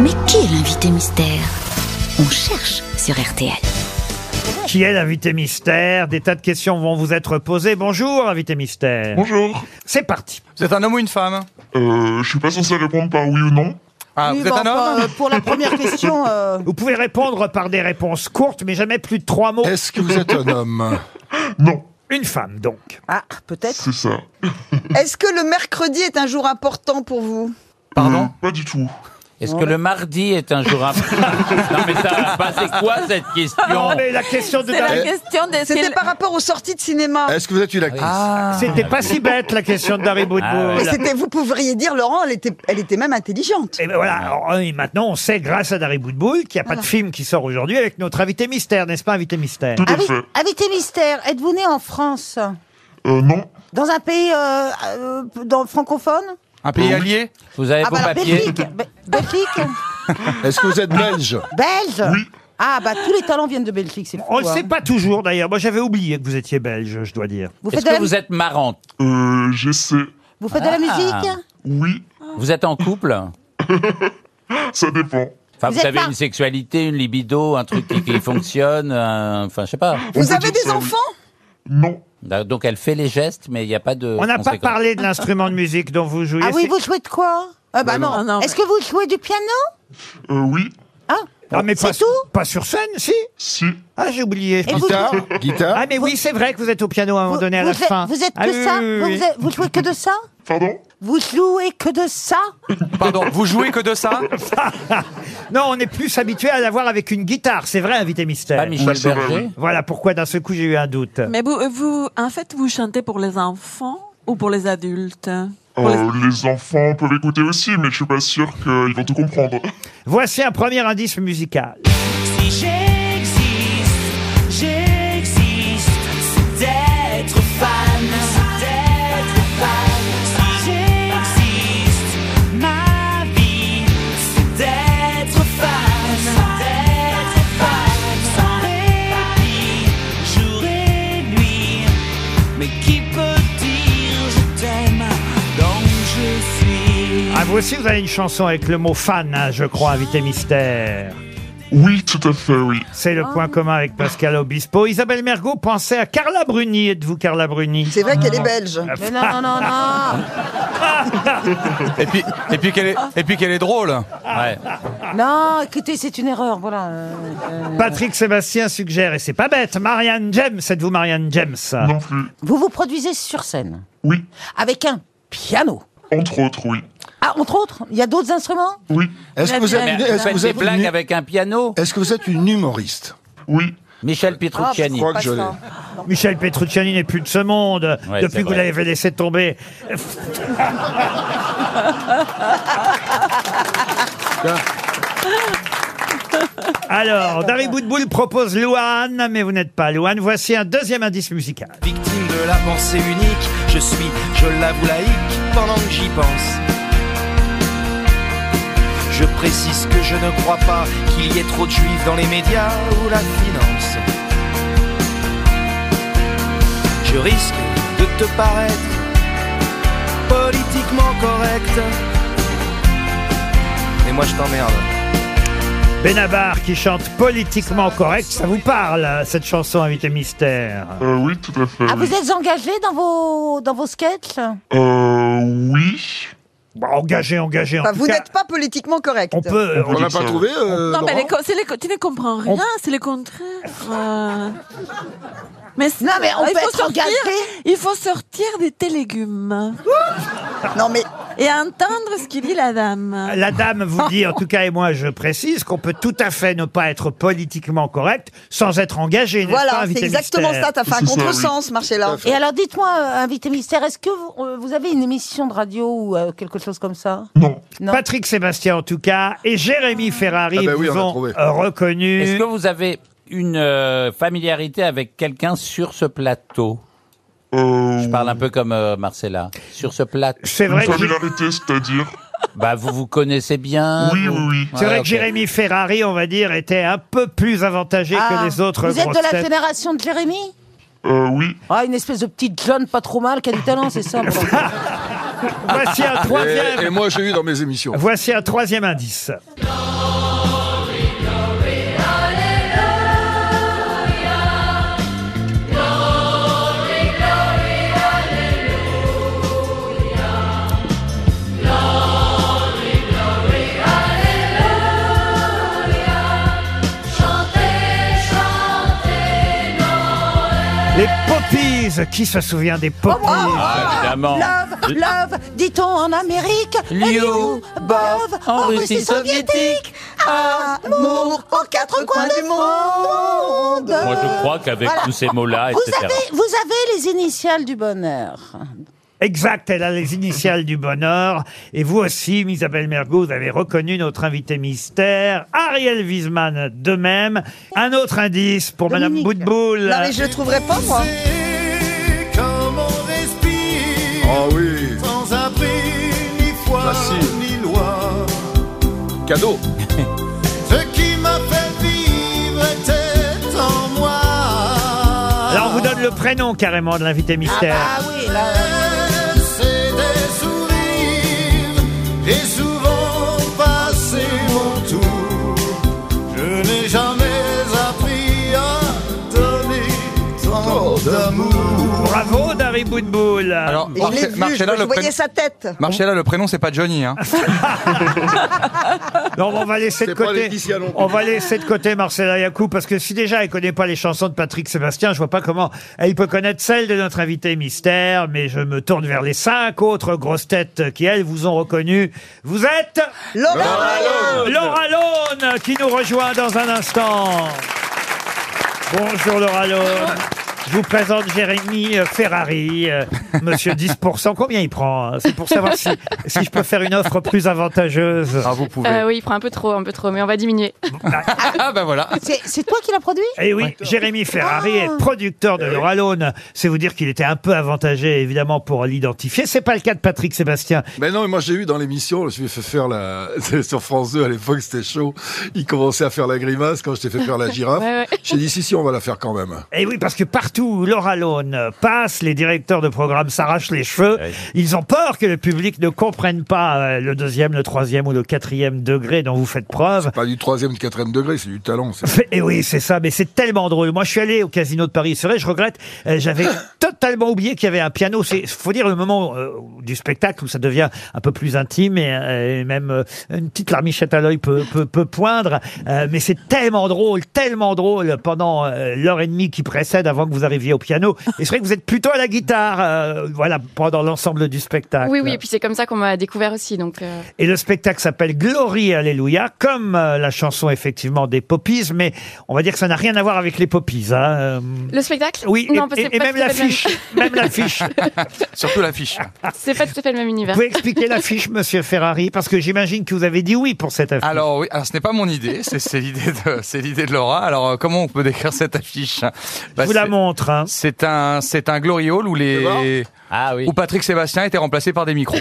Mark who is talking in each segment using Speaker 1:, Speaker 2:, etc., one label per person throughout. Speaker 1: Mais qui est l'invité mystère On cherche sur RTL.
Speaker 2: Qui est l'invité mystère Des tas de questions vont vous être posées. Bonjour, invité mystère.
Speaker 3: Bonjour.
Speaker 2: C'est parti.
Speaker 3: Vous êtes un homme ou une femme
Speaker 4: Euh, je suis pas censé répondre par oui ou non.
Speaker 3: Ah,
Speaker 5: Oui,
Speaker 3: vous êtes
Speaker 5: bah,
Speaker 3: un homme
Speaker 5: enfin, euh, Pour la première question, euh,
Speaker 2: Vous pouvez répondre par des réponses courtes, mais jamais plus de trois mots.
Speaker 6: Est-ce que vous êtes un homme
Speaker 4: Non,
Speaker 2: Une femme, donc.
Speaker 5: ah, peut-être.
Speaker 4: c'est ça.
Speaker 5: Est-ce que le mercredi est un jour important pour vous
Speaker 3: Pardon
Speaker 4: Euh, Pas du tout.
Speaker 7: Est-ce que le mardi est un jour après Non mais ça va
Speaker 3: bah,
Speaker 7: pas, c'est quoi cette question
Speaker 2: Non, mais la question de...
Speaker 8: C'est la
Speaker 2: Dari-
Speaker 8: question de
Speaker 5: C'était par rapport aux sorties de cinéma.
Speaker 6: Est-ce que vous êtes une actrice
Speaker 3: Ah,
Speaker 2: C'était pas si bête, la question de Dari Boudboul.
Speaker 7: Ah
Speaker 5: Mais c'était, vous pourriez dire, Laurent, elle était, elle était même intelligente.
Speaker 2: Et ben voilà, alors, et maintenant on sait grâce à Dari Boudboul qu'il n'y a pas de film qui sort aujourd'hui avec notre invité mystère, n'est-ce pas invité mystère
Speaker 4: Tout à fait.
Speaker 9: Invité mystère, êtes-vous né en France
Speaker 4: Euh, non,
Speaker 9: Dans un pays euh, euh, dans, francophone
Speaker 3: un pays allié
Speaker 7: Vous avez
Speaker 9: Ah
Speaker 7: vos
Speaker 9: bah alors,
Speaker 7: papiers
Speaker 9: Belgique Be- Belgique
Speaker 6: Est-ce que vous êtes belge
Speaker 9: Belge
Speaker 4: oui.
Speaker 9: Ah bah tous les talents viennent de Belgique, c'est fou.
Speaker 2: On le
Speaker 9: hein.
Speaker 2: sait pas toujours d'ailleurs. Moi j'avais oublié que vous étiez belge, je dois dire.
Speaker 9: Vous faites,
Speaker 7: Est-ce
Speaker 9: de la,
Speaker 7: que vous êtes marrante
Speaker 4: Euh, j'essaie.
Speaker 9: vous faites de
Speaker 3: Ah.
Speaker 9: la musique
Speaker 4: Oui,
Speaker 7: Vous êtes en couple
Speaker 4: ça dépend.
Speaker 7: Enfin,
Speaker 9: Vous
Speaker 7: vous,
Speaker 9: êtes
Speaker 7: avez
Speaker 9: pas-
Speaker 7: une sexualité, une libido, un truc qui, qui fonctionne, un- enfin, je sais pas.
Speaker 4: On
Speaker 5: Vous
Speaker 4: peut
Speaker 5: avez
Speaker 4: dire
Speaker 5: des
Speaker 4: ça, oui.
Speaker 5: enfants
Speaker 4: Non,
Speaker 7: Donc elle fait les gestes, mais il n'y a pas de.
Speaker 2: On n'a pas
Speaker 7: conséquences.
Speaker 2: parlé de l'instrument de musique dont vous jouiez.
Speaker 9: Ah oui,
Speaker 2: C'est-
Speaker 9: vous jouez de quoi Ah bah non.
Speaker 8: non.
Speaker 9: Est-ce que vous jouez du piano
Speaker 4: euh, oui,
Speaker 2: Ah, mais
Speaker 9: C'est
Speaker 2: pas,
Speaker 9: tout Eh
Speaker 2: pas sur scène, si
Speaker 4: si.
Speaker 2: Ah j'ai oublié.
Speaker 9: Et vous-
Speaker 6: Guitare Guitare
Speaker 2: Ah mais oui, c'est vrai que vous êtes au piano à un moment
Speaker 9: vous,
Speaker 2: donné à
Speaker 9: vous
Speaker 2: la
Speaker 9: faites-
Speaker 2: fin.
Speaker 9: vous êtes que
Speaker 2: Ah oui,
Speaker 9: ça
Speaker 2: oui,
Speaker 9: vous,
Speaker 2: oui.
Speaker 9: vous êtes- vous jouez que de ça
Speaker 4: Pardon
Speaker 9: Vous jouez que de ça
Speaker 3: Pardon, vous jouez que de ça
Speaker 2: Non, on est plus habitué à l'avoir avec une guitare, c'est vrai, invité
Speaker 7: Pas
Speaker 2: mystère.
Speaker 7: Michel
Speaker 4: c'est vrai,
Speaker 7: Berger
Speaker 2: Voilà pourquoi d'un seul coup j'ai eu un doute.
Speaker 8: Mais vous, euh, vous, en fait, vous chantez pour les enfants ou pour les adultes Pour les-
Speaker 4: Euh, les enfants peuvent écouter aussi, mais je suis pas sûr qu'ils vont tout comprendre.
Speaker 2: Voici un premier indice musical.
Speaker 10: Si j'existe, j'existe, c'est d'être fan, c'est d'être fan. Si j'existe, ma vie, c'est d'être fan, c'est d'être fan. Sans répit, jour et nuit, mais qui peut dire je t'aime, donc je suis.
Speaker 2: Ah vous aussi vous avez une chanson avec le mot fan, hein, je crois, invité mystère.
Speaker 4: Oui, tout à fait, oui.
Speaker 2: C'est
Speaker 9: Ah.
Speaker 2: le point commun avec Pascal Obispo. Isabelle Mergot pensait à Carla Bruni. Êtes-vous Carla Bruni
Speaker 5: C'est vrai qu'elle est belge.
Speaker 9: Mais non, non, non, non
Speaker 3: Et puis, et puis qu'elle est, et puis qu'elle est drôle.
Speaker 7: Ouais.
Speaker 9: Ah. Non, écoutez, c'est une erreur, voilà. euh, euh.
Speaker 2: Patrick Sébastien suggère, et c'est pas bête, Marianne James. Êtes-vous Marianne James
Speaker 4: Non plus.
Speaker 9: Vous vous produisez sur scène
Speaker 4: Oui,
Speaker 9: avec un piano.
Speaker 4: entre autres, oui.
Speaker 9: Ah, entre autres, il y a d'autres instruments
Speaker 4: Oui,
Speaker 6: Est-ce que vous êtes
Speaker 7: Mais
Speaker 6: une,
Speaker 7: vous
Speaker 6: est-ce que
Speaker 7: faites
Speaker 6: vous
Speaker 7: des
Speaker 6: êtes
Speaker 7: blagues
Speaker 6: une-
Speaker 7: avec un piano
Speaker 6: est-ce que vous êtes une humoriste
Speaker 4: oui,
Speaker 9: Ah,
Speaker 7: Michel
Speaker 9: bah,
Speaker 6: Je
Speaker 7: Petrucciani.
Speaker 6: crois que je l'ai.
Speaker 2: Michel Petrucciani n'est plus de ce monde
Speaker 7: Ouais,
Speaker 2: depuis
Speaker 7: c'est
Speaker 2: que vous
Speaker 7: vrai.
Speaker 2: l'avez laissé tomber. Alors, Dari Boudboul propose Louane, mais vous n'êtes pas Louane. Voici un deuxième indice musical.
Speaker 10: Victime de la pensée unique, je suis, je l'avoue, laïque pendant que j'y pense. Je précise que je ne crois pas qu'il y ait trop de juifs dans les médias ou la finance. Je risque de te paraître politiquement correct. Mais moi je t'emmerde.
Speaker 2: Benabar qui chante politiquement correct, ça vous parle, cette chanson Invité Mystère
Speaker 4: euh, oui, tout à fait.
Speaker 9: Ah,
Speaker 4: oui.
Speaker 9: vous êtes engagé dans vos, dans vos sketchs
Speaker 4: Euh, oui.
Speaker 2: Bon, Engagé, engagé, en
Speaker 5: Enfin,
Speaker 2: tout
Speaker 5: vous
Speaker 2: cas,
Speaker 5: n'êtes pas politiquement correct.
Speaker 2: on peut...
Speaker 4: On
Speaker 6: On n'a
Speaker 4: dit
Speaker 6: pas
Speaker 4: ça.
Speaker 6: trouvé euh,
Speaker 8: Non, mais
Speaker 6: Laurent
Speaker 8: les co- c'est les co- tu ne comprends rien, c'est le contraire. euh. Mais c'est-
Speaker 9: Non, mais on
Speaker 8: il
Speaker 9: peut
Speaker 8: faut
Speaker 9: être
Speaker 8: sortir,
Speaker 9: engagé.
Speaker 8: Il faut sortir de tes légumes
Speaker 5: Non, mais
Speaker 8: et entendre ce qu'il dit la dame.
Speaker 2: Ah,
Speaker 11: Euh,
Speaker 2: La dame vous dit, en tout cas, et moi je précise, qu'on peut tout à fait ne pas être politiquement correct sans être engagé. n'est-ce pas,
Speaker 5: voilà, c'est
Speaker 2: invité
Speaker 5: exactement
Speaker 2: mystère
Speaker 5: ça. T'as fait un
Speaker 4: C'est ça,
Speaker 5: contresens, Marcella.
Speaker 9: Et alors, dites-moi, euh, invité mystère, est-ce que vous, euh, vous avez une émission de radio ou euh, quelque chose comme ça
Speaker 4: Non,
Speaker 9: Non.
Speaker 2: Patrick Sébastien, en tout cas, et Jérémy Ferrari
Speaker 6: Ah ben oui,
Speaker 2: vous
Speaker 6: on a
Speaker 2: ont
Speaker 6: trouvé.
Speaker 2: euh, reconnu.
Speaker 7: Est-ce que vous avez une euh, familiarité avec quelqu'un sur ce plateau
Speaker 4: euh,
Speaker 7: Je parle un peu comme euh, Marcella. Sur ce plateau.
Speaker 2: C'est
Speaker 4: une
Speaker 2: vrai, que,
Speaker 4: familiarité, c'est-à-dire.
Speaker 7: Bah, vous vous connaissez
Speaker 2: Ah,
Speaker 7: bien
Speaker 4: Oui,
Speaker 7: vous-
Speaker 4: oui, oui.
Speaker 2: c'est
Speaker 7: Ouais,
Speaker 2: vrai
Speaker 7: Ah, ok.
Speaker 2: que Jérémy Ferrari, on va dire, était un peu plus avantagé que
Speaker 9: Ah,
Speaker 2: les autres.
Speaker 9: Vous êtes de
Speaker 2: grosses
Speaker 9: la
Speaker 2: têtes.
Speaker 9: génération de Jérémy
Speaker 4: Euh, oui,
Speaker 9: Ah, une espèce de petite John pas trop mal qui a du talent, c'est ça. voilà.
Speaker 2: Voici un troisième.
Speaker 6: Et, et moi, j'ai eu dans mes émissions.
Speaker 2: Voici un troisième indice. Les Poppies, qui se souvient des Poppies
Speaker 9: Oh,
Speaker 7: Ah, évidemment.
Speaker 9: Love, love, dit-on en Amérique.
Speaker 7: Lio,
Speaker 9: Bob,
Speaker 7: en Russie soviétique.
Speaker 9: Amour aux quatre coins du monde.
Speaker 7: Moi, je crois qu'avec
Speaker 9: Voilà.
Speaker 7: tous ces mots-là,
Speaker 9: Vous
Speaker 7: etc.
Speaker 9: avez, vous avez les initiales du bonheur.
Speaker 2: Exact, elle a les initiales du bonheur. Et vous aussi, Isabelle Mergo, vous avez reconnu notre invité mystère, Ariel Wiesman de même. Un autre indice pour Madame
Speaker 9: Dominique.
Speaker 2: Boutboul.
Speaker 5: Non, mais je le trouverai pas, moi.
Speaker 10: Comme on respire,
Speaker 6: Ah oui,
Speaker 10: sans abri, ni foi,
Speaker 6: Facile.
Speaker 10: ni loi.
Speaker 6: cadeau.
Speaker 10: Ce qui m'a fait vivre était en moi.
Speaker 2: Alors, on vous donne le prénom carrément de l'invité mystère.
Speaker 9: Ah oui, là.
Speaker 10: C'est des sourires, j'ai souvent passé mon tour. Je n'ai jamais appris à donner tant
Speaker 9: bah,
Speaker 10: d'amour.
Speaker 2: Bravo, Dari Boutboul.
Speaker 3: Alors,
Speaker 5: Et je l'ai
Speaker 3: Marce-
Speaker 5: vu, je,
Speaker 3: Marcella,
Speaker 5: je
Speaker 3: le,
Speaker 5: voyais
Speaker 3: prénom-
Speaker 5: sa tête.
Speaker 3: Marcella, le prénom, c'est pas Johnny. Hein.
Speaker 2: Non, mais on va laisser de
Speaker 6: C'est pas
Speaker 2: côté.
Speaker 6: Laetitia non plus.
Speaker 2: On va laisser de côté Marcela Yacoub parce que si déjà elle connaît pas les chansons de Patrick Sébastien, je vois pas comment elle peut connaître celle de notre invité mystère. Mais je me tourne vers les cinq autres grosses têtes qui elles vous ont reconnu. Vous êtes
Speaker 5: Laurent Malin.
Speaker 2: Laura Lone qui nous rejoint dans un instant. Bonjour Laura Lone. Je vous présente Jérémy euh, Ferrari, euh, monsieur 10%. Combien il prend hein C'est pour savoir si, si je peux faire une offre plus avantageuse.
Speaker 3: Ah, vous pouvez.
Speaker 11: Euh, oui, il prend un peu trop, un peu trop, mais on va diminuer.
Speaker 3: Ah, bah voilà.
Speaker 9: C'est c'est toi qui l'as produit
Speaker 2: Et Eh oui, Jérémy Ferrari est producteur de Laura Lone. C'est vous dire qu'il était un peu avantagé, évidemment, pour l'identifier. C'est pas le cas de Patrick Sébastien.
Speaker 6: Mais non, mais moi j'ai eu dans l'émission, je lui ai fait faire la. Sur France 2, à l'époque c'était chaud. Il commençait à faire la grimace quand je t'ai fait faire la girafe.
Speaker 11: Ouais, ouais.
Speaker 6: J'ai dit si, si, on va la faire quand même.
Speaker 2: Et Eh oui, parce que partout où Laura Lone passe, les directeurs de programme s'arrachent les cheveux. Ils ont peur que le public ne comprenne pas euh, le deuxième, le troisième ou le quatrième degré dont vous faites preuve.
Speaker 6: Pas du troisième, du quatrième degré, c'est du talent. c'est-
Speaker 2: Et Eh oui, c'est ça, mais c'est tellement drôle. Moi, je suis allé au casino de Paris, c'est vrai, je regrette. euh, J'avais totalement oublié qu'il y avait un piano. C'est, faut dire, le moment euh, du spectacle où ça devient un peu plus intime et, euh, et même euh, une petite larmichette à l'œil peut, peut, peut poindre. Euh, mais c'est tellement drôle, tellement drôle pendant euh, l'heure et demie qui précède avant que vous arriviez au piano. Et c'est vrai que vous êtes plutôt à la guitare, euh, voilà, pendant l'ensemble du spectacle.
Speaker 11: Oui, oui, et puis c'est comme ça qu'on m'a découvert aussi, donc. euh,
Speaker 2: Et le spectacle s'appelle Glory Alléluia, comme euh, la chanson effectivement des Poppies, mais on va dire que ça n'a rien à voir avec les Poppies. hein, euh.
Speaker 11: Le spectacle
Speaker 2: Oui,
Speaker 11: non,
Speaker 2: et,
Speaker 11: parce que
Speaker 2: et-
Speaker 11: c'est
Speaker 2: et
Speaker 11: pas
Speaker 2: même
Speaker 11: tout à fait le
Speaker 2: l'affiche. Même l'affiche. Vous
Speaker 3: Surtout l'affiche.
Speaker 11: même- C'est pas tout à fait le même univers.
Speaker 2: pouvez expliquer l'affiche, monsieur Ferrari, parce que j'imagine que vous avez dit oui pour cette affiche.
Speaker 3: Alors Oh oui, alors ce n'est pas mon idée, c'est c'est l'idée de c'est l'idée de Laura. Alors euh, comment on peut décrire cette affiche Bah,
Speaker 2: Je vous la
Speaker 3: c'est-
Speaker 2: montre. hein.
Speaker 3: C'est un c'est un glory hall où les
Speaker 7: Ah oui.
Speaker 3: où Patrick Sébastien était remplacé par des micros.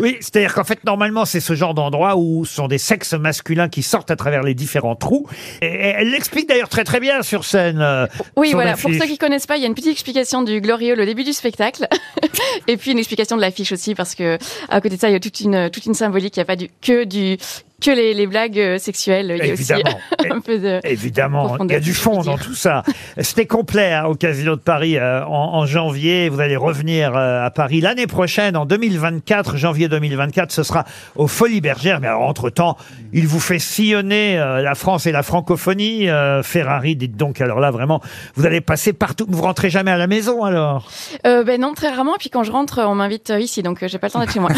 Speaker 2: Oui, c'est-à-dire qu'en fait, normalement, c'est ce genre d'endroit où sont des sexes masculins qui sortent à travers les différents trous. Et et elle l'explique d'ailleurs très très bien sur scène. euh,
Speaker 11: Oui,
Speaker 2: son
Speaker 11: voilà. Pour
Speaker 2: affiche.
Speaker 11: ceux qui connaissent pas, il y a une petite explication du Gloriole au début du spectacle, et puis une explication de l'affiche aussi, parce que à côté de ça, il y a toute une toute une symbolique. Il n'y a pas du que du que les, les blagues euh, sexuelles. Il y a aussi
Speaker 2: Évidemment.
Speaker 11: un peu de.
Speaker 2: Évidemment, il y a
Speaker 11: Profondeur,
Speaker 2: du
Speaker 11: si je
Speaker 2: fond
Speaker 11: puis
Speaker 2: dans
Speaker 11: dire.
Speaker 2: tout ça. C'était complet hein, au Casino de Paris euh, en, en janvier. Vous allez revenir euh, à Paris l'année prochaine, en 2024, janvier 2024. Ce sera aux Folies Bergères. Mais alors, entre-temps, il vous fait sillonner euh, la France et la francophonie. euh, Ferrari, dites donc, alors là, vraiment, vous allez passer partout. Vous rentrez jamais à la maison, alors
Speaker 11: Euh, ben non, très rarement. Et puis quand je rentre, on m'invite euh, ici, donc euh, j'ai pas le temps d'être chez moi.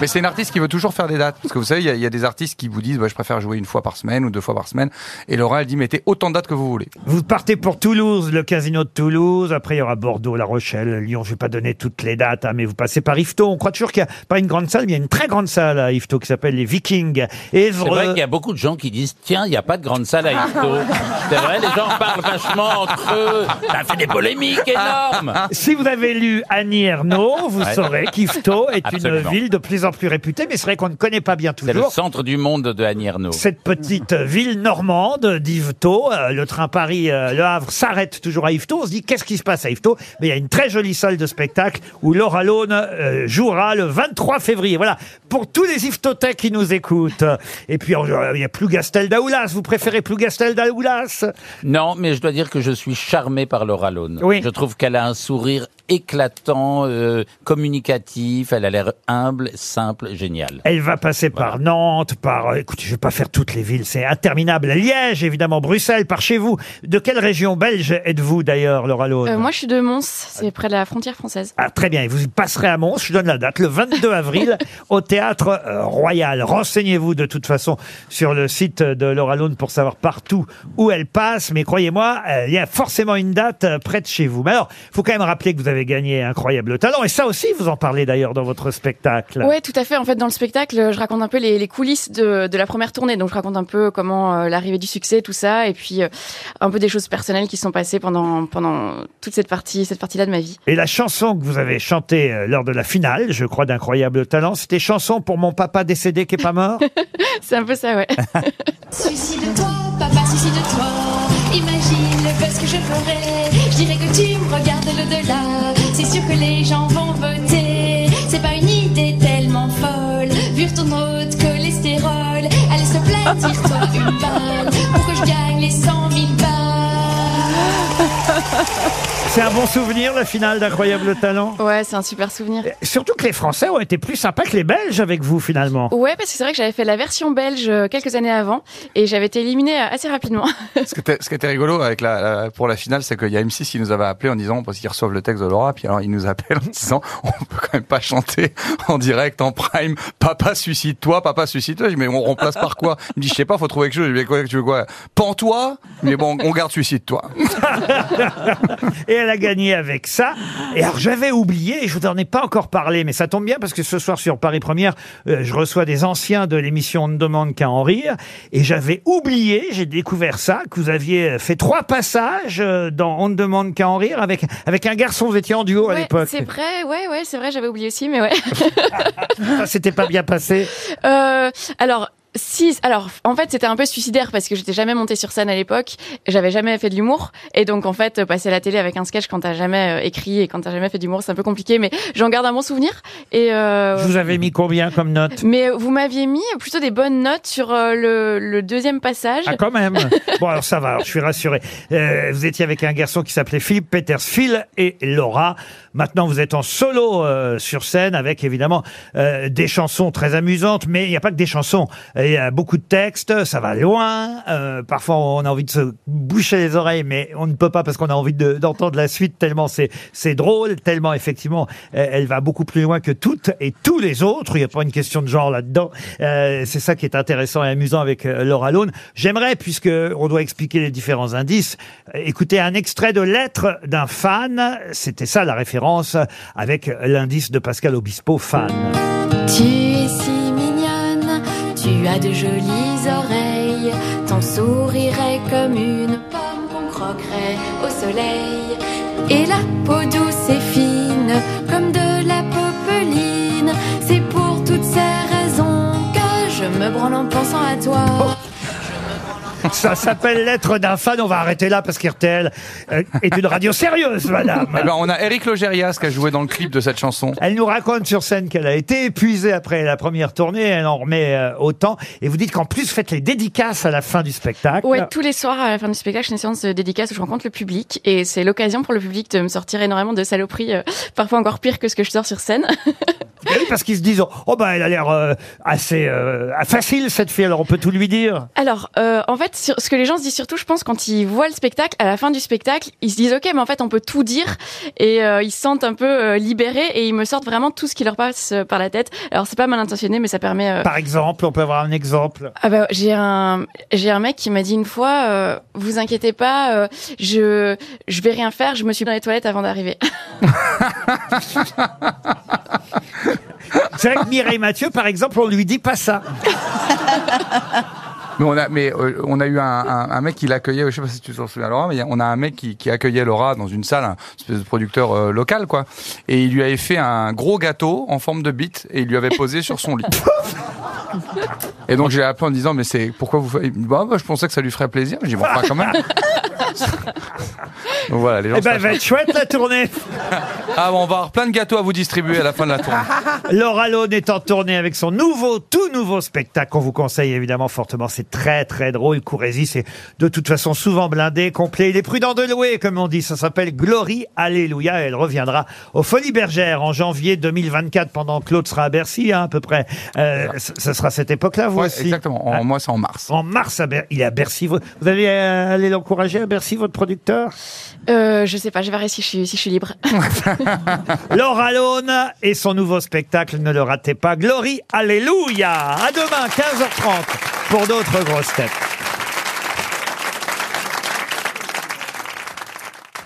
Speaker 3: Mais c'est une artiste qui veut toujours faire des dates parce que vous savez il y a, il y a des artistes qui vous disent bah, je préfère jouer une fois par semaine ou deux fois par semaine et Laura elle dit mettez autant de dates que vous voulez.
Speaker 2: Vous partez pour Toulouse, le Casino de Toulouse. Après, il y aura Bordeaux, La Rochelle, Lyon. Je vais pas donner toutes les dates, hein, mais vous passez par Yvetot. On croit toujours qu'il n'y a pas une grande salle, mais il y a une très grande salle à Yvetot qui s'appelle les Vikings.
Speaker 7: C'est vrai
Speaker 2: Évreux.
Speaker 7: qu'il y a beaucoup de gens qui disent tiens, il n'y a pas de grande salle à Ito. C'est vrai, les gens parlent vachement entre eux. Ça fait des polémiques énormes.
Speaker 2: Si vous avez lu Annie Ernaux, vous
Speaker 7: Ouais.
Speaker 2: saurez qu'Yvetot est une
Speaker 7: Absolument.
Speaker 2: ville de plus en plus réputée, mais c'est vrai qu'on ne connaît pas bien
Speaker 7: C'est le
Speaker 2: toujours.
Speaker 7: centre du monde de Annie Ernaux.
Speaker 2: Cette petite ville normande d'Yvetot, Euh, le train Paris, euh, Le Havre, s'arrête toujours à Yvetot. On se dit qu'est-ce qui se passe à Yvetot Mais il y a une très jolie salle de spectacle où Laura Laune euh, jouera le 23 février. Voilà, pour tous les Yvetotais qui nous écoutent. Et puis, euh, il y a plus Gastel Daoulas. Vous préférez plus Gastel Daoulas
Speaker 7: Non, mais je dois dire que je suis charmé par Laura Laune. Je trouve qu'elle a un sourire éclatant, euh, communicatif, elle a l'air humble, simple, géniale.
Speaker 2: Elle va passer par Nantes, par... euh, Écoutez, je vais pas faire toutes les villes, c'est interminable. Liège, évidemment, Bruxelles, par chez vous. De quelle région belge êtes-vous d'ailleurs, Laura Laune
Speaker 11: Euh, moi, je suis de Mons, c'est près de la frontière française.
Speaker 2: Ah, très bien. Et vous y passerez à Mons, je donne la date, le 22 avril, au Théâtre euh, Royal. Renseignez-vous de toute façon sur le site de Laura Laune pour savoir partout où elle passe. Mais croyez-moi, euh, il y a forcément une date euh, près de chez vous. Mais alors, faut quand même rappeler que vous avez gagné Incroyable Talent. Et ça aussi, vous en parlez d'ailleurs dans votre spectacle.
Speaker 11: Ouais, tout à fait. En fait, dans le spectacle, je raconte un peu les, les coulisses de, de la première tournée. Donc, je raconte un peu comment euh, l'arrivée du succès, tout ça, et puis euh, un peu des choses personnelles qui se sont passées pendant pendant toute cette partie cette partie-là de ma vie.
Speaker 2: Et la chanson que vous avez chantée euh, lors de la finale, je crois, d'Incroyable Talent, c'était chanson pour mon papa décédé qui est pas mort.
Speaker 11: c'est un peu ça, ouais.
Speaker 12: Suicide-toi, papa, suicide-toi. Imagine le buzz que je ferai. Je dirais que tu me regardes de l'au-delà. C'est sûr que les gens vont voter. C'est pas une idée tellement folle. Vu ton haut de cholestérol, allez se plaît, tire-toi une balle. Pour que je gagne les 100 000 balles.
Speaker 2: C'est un bon souvenir, la finale d'Incroyable Talent.
Speaker 11: Ouais, c'est un super souvenir.
Speaker 2: Surtout que les Français ont été plus sympas que les Belges avec vous, finalement.
Speaker 11: Ouais, parce que c'est vrai que j'avais fait la version belge euh, quelques années avant et j'avais été éliminée euh, assez rapidement.
Speaker 3: Ce qui était, ce qui était rigolo avec la, la- pour la finale, c'est qu'il y a M6 qui nous avait appelé en disant, parce qu'ils reçoivent le texte de Laura, puis alors ils nous appellent en disant, on peut quand même pas chanter en direct, en prime, papa suicide-toi, papa suicide-toi. Je dis, mais on remplace par quoi Il me dit, je sais pas, faut trouver quelque chose. Je lui dis, quoi, tu veux quoi Pends-toi, mais bon, on garde suicide-toi.
Speaker 2: Et elle a gagné avec ça. Et alors, j'avais oublié, je vous en ai pas encore parlé, mais ça tombe bien parce que ce soir sur Paris Première, euh, je reçois des anciens de l'émission On ne demande qu'à en rire. Et j'avais oublié, j'ai découvert ça, que vous aviez fait trois passages euh, dans On ne demande qu'à en rire avec, avec un garçon, vous étiez en duo à
Speaker 11: Ouais,
Speaker 2: l'époque.
Speaker 11: c'est vrai, ouais, ouais, c'est vrai, j'avais oublié aussi, mais ouais.
Speaker 2: Ça s'était pas bien passé.
Speaker 11: Euh, alors. Si, alors, en fait, c'était un peu suicidaire parce que j'étais jamais montée sur scène à l'époque, j'avais jamais fait de l'humour, et donc en fait, passer à la télé avec un sketch quand t'as jamais euh, écrit et quand t'as jamais fait d'humour, c'est un peu compliqué, mais j'en garde un bon souvenir. Et euh,
Speaker 2: Je vous avais mis combien comme note
Speaker 11: Mais vous m'aviez mis plutôt des bonnes notes sur euh, le, le deuxième passage.
Speaker 2: Ah, quand même. Bon, alors ça va, alors, je suis rassuré. Euh, vous étiez avec un garçon qui s'appelait Philippe Peters, Phil et Laura. Maintenant, vous êtes en solo euh, sur scène avec évidemment euh, des chansons très amusantes, mais il n'y a pas que des chansons. Il y a beaucoup de textes, ça va loin. Euh, parfois, on a envie de se boucher les oreilles, mais on ne peut pas parce qu'on a envie de- d'entendre la suite tellement c'est c'est drôle, tellement effectivement, euh, elle va beaucoup plus loin que toutes et tous les autres. Il n'y a pas une question de genre là-dedans. Euh, c'est ça qui est intéressant et amusant avec euh, Laura Laune. J'aimerais, puisque on doit expliquer les différents indices, euh, écouter un extrait de lettre d'un fan. C'était ça la référence avec l'indice de Pascal Obispo, fan.
Speaker 12: Tu es si mignonne, tu as de jolies oreilles, ton sourire est comme une pomme qu'on croquerait au soleil. Et la peau douce et fine, comme de la popeline, c'est pour toutes ces raisons que je me branle en pensant à toi.
Speaker 2: Ça s'appelle lettre d'un fan. On va arrêter là parce qu'RTL euh, est une radio sérieuse, madame.
Speaker 3: Eh ben, on a Eric Logérias qui a joué dans le clip de cette chanson.
Speaker 2: Elle nous raconte sur scène qu'elle a été épuisée après la première tournée, elle en remet euh, autant. Et vous dites qu'en plus, faites les dédicaces à la fin du spectacle. Ah
Speaker 11: Ouais, tous les soirs à la fin du spectacle, j'ai une séance de dédicace où je rencontre le public et c'est l'occasion pour le public de me sortir énormément de saloperies, euh, parfois encore pire que ce que je sors sur scène.
Speaker 2: Eh oui, parce qu'ils se disent, oh bah elle a l'air euh, assez euh, facile cette fille, alors on peut tout lui dire.
Speaker 11: Alors, euh, en fait, sur- ce que les gens se disent surtout, je pense, quand ils voient le spectacle, à la fin du spectacle, ils se disent OK, mais en fait, on peut tout dire, et euh, ils se sentent un peu euh, libérés, et ils me sortent vraiment tout ce qui leur passe euh, par la tête. Alors, c'est pas mal intentionné, mais ça permet. euh,
Speaker 2: Par exemple, on peut avoir un exemple.
Speaker 11: ah bah j'ai un j'ai un mec qui m'a dit une fois euh, vous inquiétez pas euh, je je vais rien faire je me suis mis dans les toilettes avant d'arriver
Speaker 2: C'est vrai que Mireille Mathieu, par exemple, on lui dit pas ça.
Speaker 3: Mais on a, mais euh, on a eu un, un- un mec qui l'accueillait. Je sais pas si tu t'en souviens, Laura, mais il y a- on a un mec qui, qui accueillait Laura dans une salle, un espèce de producteur euh, local, quoi. Et il lui avait fait un gros gâteau en forme de bite et il lui avait posé sur son lit. Et donc j'ai appelé en disant mais c'est pourquoi vous faites Il me dit, bah, bah, je pensais que ça lui ferait plaisir. Je dis bon, pas quand même. Donc voilà, les gens.
Speaker 2: Eh ben,
Speaker 3: se
Speaker 2: elle va
Speaker 3: lâchent.
Speaker 2: être chouette la tournée.
Speaker 3: Ah, bon, on va avoir plein de gâteaux à vous distribuer à la fin de la tournée.
Speaker 2: Laura Lone est en tournée avec son nouveau, tout nouveau spectacle qu'on vous conseille évidemment fortement. C'est très très drôle. Courrèzy, c'est de toute façon souvent blindé, complet. Il est prudent de louer, comme on dit. Ça s'appelle Glory Alléluia. Elle reviendra aux Folies Bergères en janvier 2024 pendant que Claude sera à Bercy, hein, à peu près. Euh, ce ce sera cette époque-là, vous aussi. Exactement.
Speaker 3: moi, c'est en mars.
Speaker 2: En mars, à Ber- il est à Bercy. Vous, vous allez euh, aller l'encourager à Bercy, votre producteur
Speaker 11: Euh, je sais pas, je verrai si je suis, si je suis libre.
Speaker 2: Laura Lone et son nouveau spectacle, ne le ratez pas. Glory, Alléluia. À demain, 15h30, pour d'autres grosses têtes.